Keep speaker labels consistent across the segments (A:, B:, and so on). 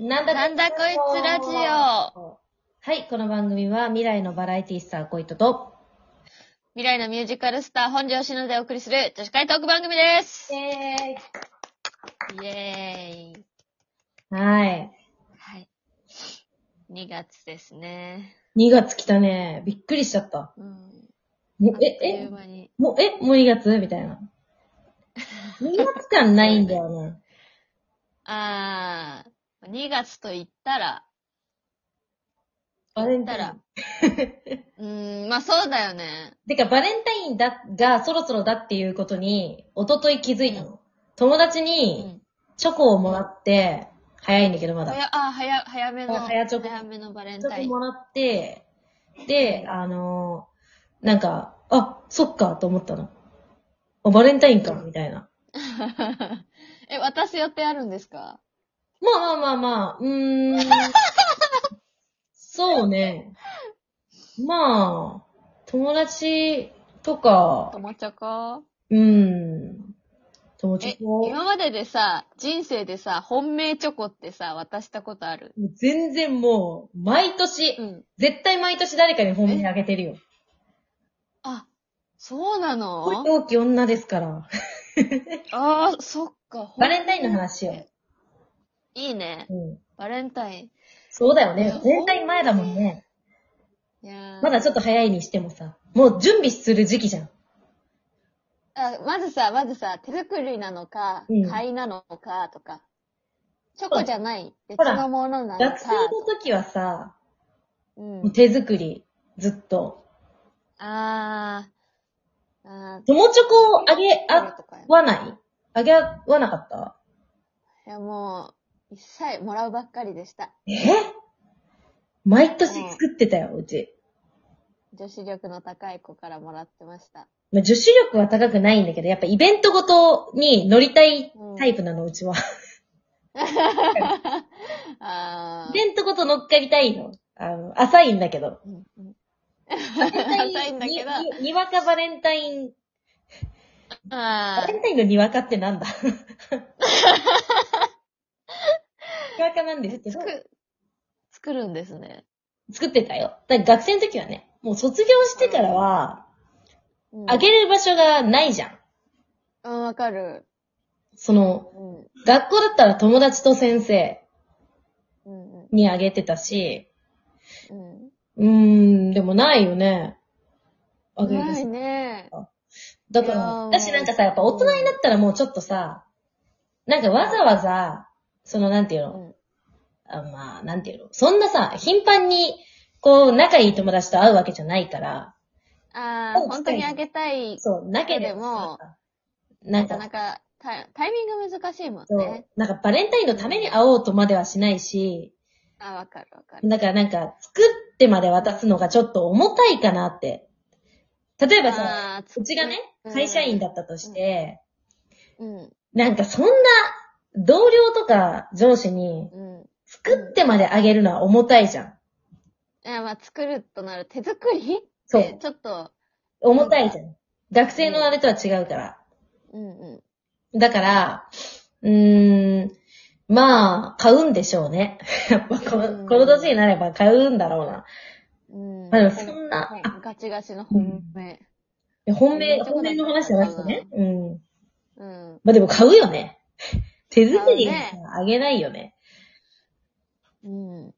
A: なんだ
B: なんだこいつラジオ。
A: オ。はい、この番組は未来のバラエティスター、こいとと。
B: 未来のミュージカルスター、本庄しのでお送りする女子会トーク番組です。
A: イ
B: イエーイ。
A: ェーイ。はい。
B: はい。2月ですね。
A: 2月来たね。びっくりしちゃった。
B: うん。
A: もう
B: あっと
A: え、
B: い
A: え
B: う、間に。
A: もう、え、もう2月みたいな。2月間ないんだよね。
B: あー、2月と言ったら、
A: バレン
B: 言
A: タ
B: った
A: イン。。
B: らうーん、まあそうだよね。
A: てか、バレンタインだ、がそろそろだっていうことに、一昨日気づいたの。友達
B: う
A: に
B: ん。
A: チョコをもらって、早いんだけどまだ。
B: 早、あ、早、早めの、
A: 早チョコ
B: 早めのバレン
A: ちょっ
B: タ
A: と
B: イン。
A: もらって、で、あのーなんか、あ、そっか、と思ったの。あバレンタインか、みたいな。
B: え、渡す予定あるんですか
A: まあまあまあまあ、う ーん。そうね。まあ、友達とか、
B: 友チョコ
A: うん。友
B: え
A: 達、も
B: 今まででさ、人生でさ、本命チョコってさ、渡したことある
A: 全然もう、毎年、
B: うん。
A: 絶対毎年誰かに本命あげてるよ。
B: あ、そうな
A: これ
B: の
A: 大きい女ですから。
B: ああ、そっか。
A: バレンタインの話よ。
B: いいね。
A: うん。
B: バレンタイ
A: そうだよね。バレンタイン前だもんね。
B: ン。いやー
A: まだちょっと早いにしてもさ、もう準備する時期じゃん。
B: あまずさ、まずさ、手作りなのか、
A: うん
B: 買いなのか、とか。チョコじゃない、別
A: ほら
B: のものなのか
A: 学。生の時はさ、
B: う。
A: もうん手作り、ずっと。
B: あー。あー
A: 友チョコをあげ、
B: これ
A: あ
B: とかよ
A: わないあげあわなかった
B: いや、もう、一切もらうばっかりでした。
A: え毎年作ってたよ、うち。
B: 女子力の高い子からもらってました。
A: まあ、女子力は高くないんだけど、やっぱイベントごとに乗りたいタイプなの、うちは。
B: あー
A: イ。ベントごと乗っかりたいの。あの、浅いんだけど。
B: うんうん
A: 浅
B: 浅いんだけど
A: ににわかバレンタイン、バ
B: あ
A: レンタインのにわかってなんだにわかなんです
B: ー
A: けど、
B: 作、作るんですね。
A: 作ってたよ。だから学生の時はね、もう卒業してからは、
B: うん
A: あげる場所がないじゃん。
B: うん、わかる。
A: その、
B: うん。
A: 学校だったら友達と先生
B: うん。うん
A: にあげてたし、
B: うん。
A: うーん、でもないよね。あげる場
B: ない
A: 所。
B: ね。
A: だか
B: いやー
A: ら、私なんかさ、やっぱ大人になったらもうちょっとさ、なんかわざわざ、そのなんていう
B: う
A: の、
B: ん。
A: あまあ、なんていうの、そんなさ、頻繁に、こう、仲いい友達と会うわけじゃないから、
B: あ
A: うん
B: あ、本当にあげたい。
A: そう、なければ
B: も
A: さ、な
B: なんか
A: か、
B: なかタイ、タイミング難しいもん
A: そう
B: ね。
A: なんかバレンタインのために会おうとまではしないし、
B: あわかるわかる。
A: だからなんか、作ってまで渡すのがちょっと重たいかなって。例えばさ、
B: ああ、つ
A: うちがね、
B: うん
A: 会社員だったとして、
B: うん。
A: なんかそんな、同僚とか上司に、
B: うん。
A: 作ってまであげるのは重たいじゃん。
B: あまあ、作るとなる手作りっ
A: そ
B: て
A: う、
B: ちょっと、
A: 重たいじゃん。学生のあれとは違うから。
B: うんう
A: だから、うーん、まあ、買うんでしょうね。 やっぱこ
B: う
A: の、
B: ん
A: この年になれば買うんだろうな。
B: ん。うん。
A: まあでもそんな
B: ほんほんガチガチの本命。
A: いや本命、
B: うん
A: 本命の話じゃなくてね。うん。
B: うん。
A: まあでも買うよね。 手作りはさ
B: 買う
A: あげないよね。
B: うん。なん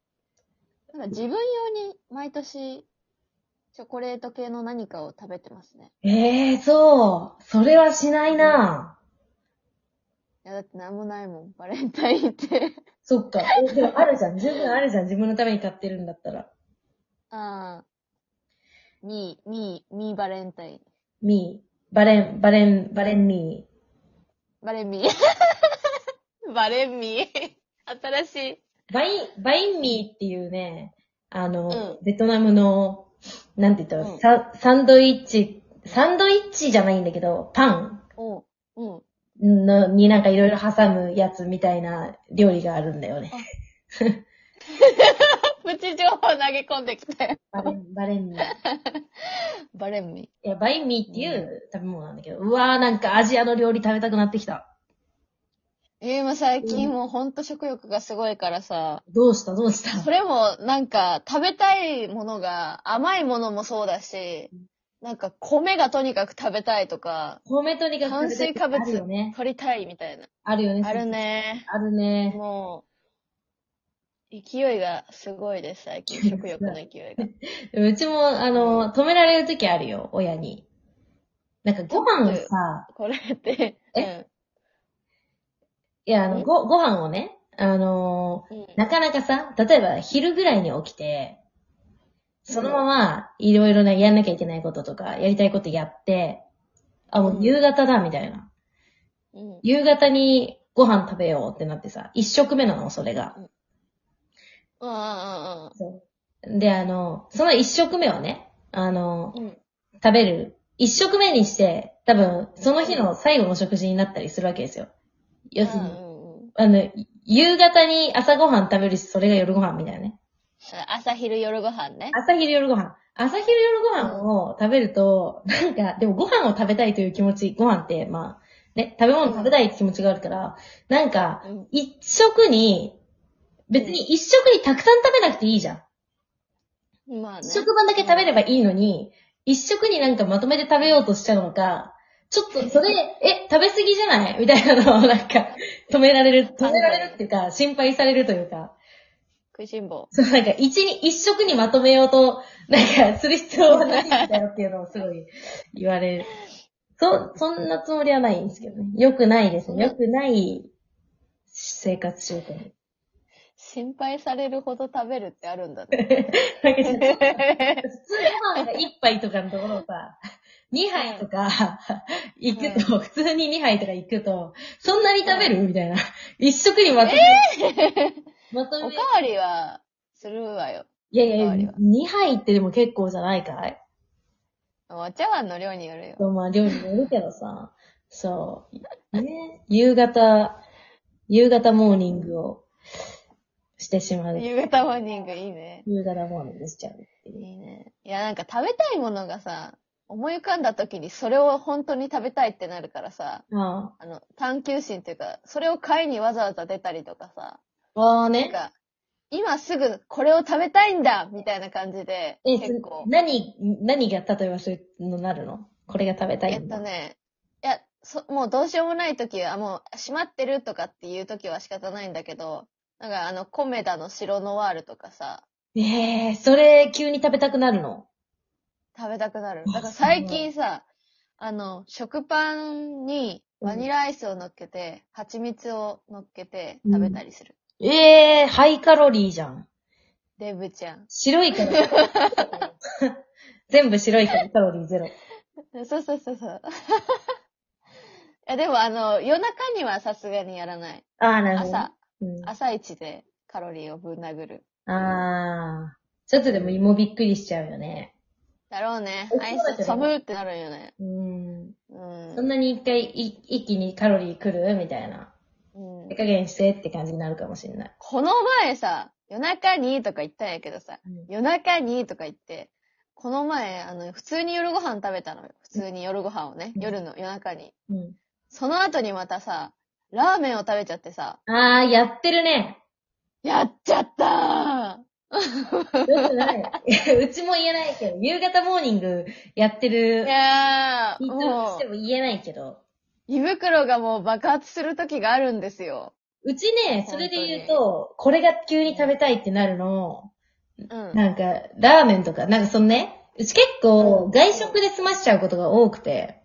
B: か自分用に毎年、チョコレート系の何かを食べてますね。
A: ええそう。それはしないな、
B: いや、だってなんもないもん、バレンタインって。
A: そっか。えでもあるじゃん。十分あるじゃん。自分のために買ってるんだったら。
B: ああ。ミー、ミー、ミーバレンタイン。
A: ミー。バレン、バレン、バレンミー。
B: バレンミー。 バレンミー。新しい。
A: バイン、バインミーっていうね、あの、
B: う
A: ベトナムの、なんて言ったら、
B: うん
A: ササンドイッチ、サンドイッチじゃないんだけど、パン
B: おう。うん。
A: のになんかいろいろ挟むやつみたいな料理があるんだよね。
B: プチ情報投げ込んできたよ。
A: バレン、バレンミー。
B: バレンミ
A: いや、バインミーっていう食べ物なんだけど、うわーなんかアジアの料理食べたくなってきた。
B: ゆうも最近もうほんと食欲がすごいからさ、
A: どうしたどうした
B: それもなんか食べたいものが甘いものもそうだし、なんか米がとにかく食べたいとか、
A: 米とにかく
B: 炭水化
A: あるよ
B: 物
A: ね。
B: 取りたいみたいな。
A: あるよね。
B: ある。ね。
A: あるね。
B: もう、勢いがすごいです、最 近。食欲の勢いが。
A: うちも、あの、止められる時あるよ、親に。なんかご飯をさ、
B: これって、
A: え
B: う
A: いや、あの、ご、ご飯をね、あの
B: ん。うん
A: ー、なかなかさ、例えば昼ぐらいに起きて、そのまま、いろいろな、やんなきゃいけないこととか、やりたいことやって、あ、もう夕方だ、みたいな。
B: うん。
A: 夕方にご飯食べようってなってさ、一食目なの、それが。
B: うん
A: そう。で、あの、その一食目をね、あの、
B: うんうん。
A: 食べる。一食目にして、多分、その日の最後の食事になったりするわけですよ。要するに、
B: うんうん
A: あの、夕方に朝ごはん食べるし、それが夜ご飯みたいなね。
B: 朝昼夜ご飯ね。
A: 朝昼夜ご飯。朝昼夜ご飯を食べると、なんか、でもご飯を食べたいという気持ち、ご飯って、まあ、ね、食べ物食べたいって気持ちがあるから、なんか、
B: うん。
A: 一食に、別に一食にたくさん食べなくていいじゃん。
B: まあね。
A: 一食分だけ食べれ
B: ば。
A: ばいいのに、一食になんかまとめて食べようとしちゃうのか、ちょっとそれ、え、食べ過ぎじゃないみたいなのをなんか、止められる、止められるっていうか、心配されるというか、
B: 食いしん坊。
A: そうなんか一に、一食にまとめようと、なんか、する必要はないんだよっていうのをすごい言われる。そ、そんなつもりはないんですけどね。良くないですね。良くない生活習慣。
B: 心配されるほど食べるってあるんだね。
A: なんかちょっと普通ご飯が1杯とかのところをさ、2杯とか行くと、普通に2杯とか行くと、そんなに食べるみたいな。一食にまとめ、まと
B: お
A: め
B: か、わりは、するわよ。
A: いやい
B: おか
A: や
B: わ
A: い
B: り
A: や
B: は、
A: 2杯ってでも結構じゃないかい
B: お茶碗の量によるよ。
A: まあ料理もいるけどさ、そう。ね、夕方、夕方モーニングをしてしまう。
B: 夕方モーニングいいね。
A: 夕方モーニングしちゃうっていう。
B: いいね。いや、なんか食べたいものがさ、思い浮かんだ時にそれを本当に食べたいってなるからさ、
A: あ
B: あの、探求心っていうか、それを買いにわざわざ出たりとかさ、
A: あ。ああ
B: なん
A: ね。
B: か、今すぐこれを食べたいんだみたいな感じで、
A: え、
B: 結構。
A: 何、何が、例えばそういうのなるのこれが食べたい
B: えっ
A: ん
B: と
A: だ。
B: ね、いや、そもうどうしようもない時は、もう閉まってるとかっていう時は仕方ないんだけど、なんかあの、コメダの白ノワールとかさ、
A: ええそれ、急に食べたくなるの
B: 食べたくなる。
A: あ
B: だから最近さ、あの、食パンにバニラアイスを乗っけて、蜂蜜を乗っけて食べたりする。
A: ええハイカロリーじゃん。
B: デブちゃん。
A: 白いから。 全部白いからカロリーゼロ。
B: そうそうそうそう。 いやでもあの、夜中にはさすがにやらない。
A: ああ、なるほど。
B: 朝、
A: うん、あ
B: 朝一でカロリーをぶん殴る。
A: あー。ちょっとでも芋びっくりしちゃうよね。
B: だろうね
A: 美。
B: ア
A: 味し
B: イ
A: そうだけ
B: ス
A: ど
B: 寒ってなるよね。
A: うん。
B: うん
A: そんなに一回い、一気にカロリー来るみたいな。
B: うん
A: 手加減してって感じになるかもしれない。
B: この前さ、夜中にとか言ったんやけどさ、夜中にとか言って、この前、あの、普通に夜ご飯食べたのよ。普通に夜ご飯をね、
A: うん
B: 夜の夜中に。
A: うん。
B: その後にまたさ、ラーメンを食べちゃってさ、
A: ああ、やってるね。
B: やっちゃった
A: よくない。いやうちも言えないけど、夕方モーニングやって
B: ー
A: る
B: い、やー、
A: 人と
B: も
A: して
B: う、
A: も言えないけど。
B: 胃袋がもう爆発する時があるんですよ。
A: うちね、それで言うと、これが急に食べたいってなるの、
B: うん。
A: なんか、ラーメンとか、なんかそのね、うち結
B: う
A: 構
B: ん
A: 外食で済ましちゃうことが多くて、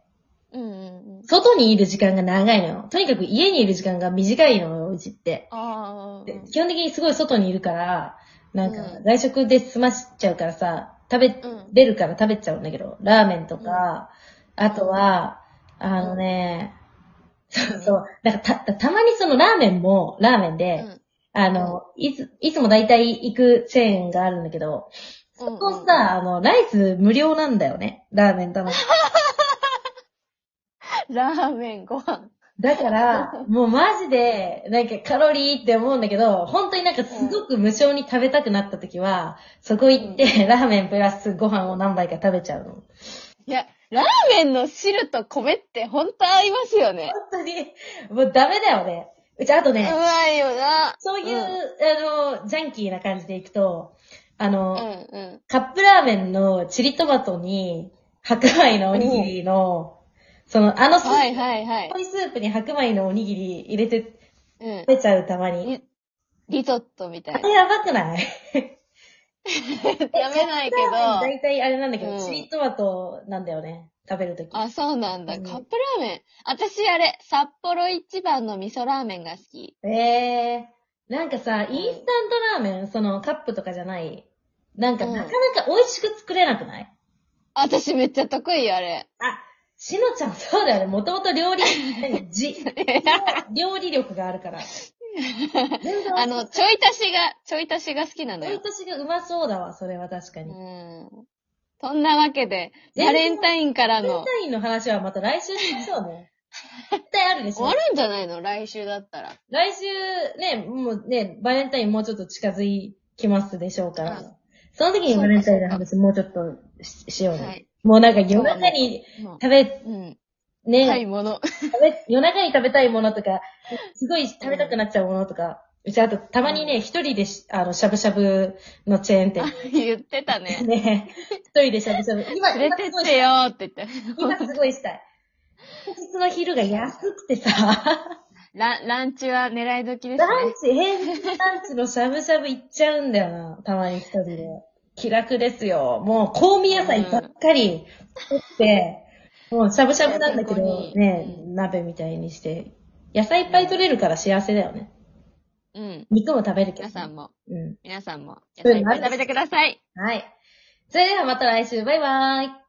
B: うんうんうん。
A: 外にいる時間が長いのよ。とにかく家にいる時間が短いのよ、うちって。
B: あー
A: で基本的にすごい外にいるから、なんか
B: うん
A: 外食で済ましちゃうからさ、食べ
B: うん。うん。
A: れるから食べちゃうんだけど、ラーメンとか、あとは、あのね、そう、なんかた、たまにそのラーメンも、ラーメンで、
B: うん。
A: あの、いつ、いつも大体行くチェーンがあるんだけど、そこ
B: うんうん
A: さ、あの、ライス無料なんだよね。ラーメン頼む。
B: ラーメン、ご飯。
A: だ から、もうマジで、なんかカロリーって思うんだけど、本当になんかすごく無償に食べたくなった時は、そこ行って、ラーメンプラスご飯を何杯か食べちゃうの。本
B: いや、ラーメンの汁と米ってほんと合いますよね。
A: 当に、もうダメだよね。うち、あと
B: う
A: ね、
B: まいよな。
A: そういう、
B: ん
A: あの、ジャンキーな感じでいくと、あの、
B: うんうん。
A: カップラーメンのチリトマトに、白米のおにぎりの、その、あのスープ、
B: はいはいはい
A: 濃。いスープに白米のおにぎり入れて
B: うん。
A: 食べちゃうたまに。
B: リリゾットみたい
A: あ
B: な
A: れ。やばくない
B: やめないけど。
A: だいたいあれなんだけど、
B: うん
A: チリトマトなんだよね。食べるとき。
B: あ、そうなんだ。
A: う
B: カ
A: ん
B: ップラーメン。私、あれ、札幌一番の味噌ラーメンが好き。
A: えー、なんかさ、インスタントラーメン、そのカップとかじゃない。なんか、
B: うん
A: なかなか美味しく作れなくない
B: 私、めっちゃ得意よ、あれ。
A: あ、しのちゃんそうだよね。もともと 料理、何じ、料理力があるから。全然
B: あの、ちょい足しが、ちょい足しが好きなの
A: 毎
B: よ。
A: 年がうまそうだわ、それは確か
B: う
A: に。
B: ん。そんなわけで、
A: 全
B: バ
A: 然
B: レンタインか
A: バ
B: ら
A: レン
B: の、
A: タインの話はまた来週しましょう ね。絶対あるでし
B: 終
A: ょ
B: わ。るんじゃないの来週だったら。
A: 来週ね、もうね、バレンタインもうちょっと近づきますでしょうか
B: う
A: ら。その時にバレンタインの話もうちょっとししようね。
B: はい。
A: もうなんか夜中に
B: も
A: 食べ、
B: ううん。
A: ね、
B: はい、もの。
A: 食べ、夜中に食べたいものとか、すごい食べたくなっちゃうものとか、うちあとたまにね、一人でし、あの、しゃぶしゃぶのチェーン店。
B: 言ってたね。
A: ね、一人でしゃぶしゃぶ。今、
B: 連れ
A: 今
B: てっ
A: すごい
B: てよーって言って。
A: 今すごいしたい。平日の昼が安くてさ、
B: ラン、ランチは狙い時です
A: ラン
B: ね。
A: チ、平日ランチのしゃぶしゃぶ行っちゃうんだよな、たまに一人で。気楽ですよ。もう香味野菜ばっかり取って、もうしゃぶしゃぶなんだけ
B: こ
A: ど、
B: こに
A: ね、
B: う
A: 鍋みたいにして。野菜いっぱい取れるから幸せだよね。
B: うん。
A: 肉も食べるけど。
B: 皆さんも、
A: うん。
B: 皆さんも、
A: う
B: 野
A: ん
B: 菜いっぱい食べてください。
A: はい。それではまた来週、バイバーイ。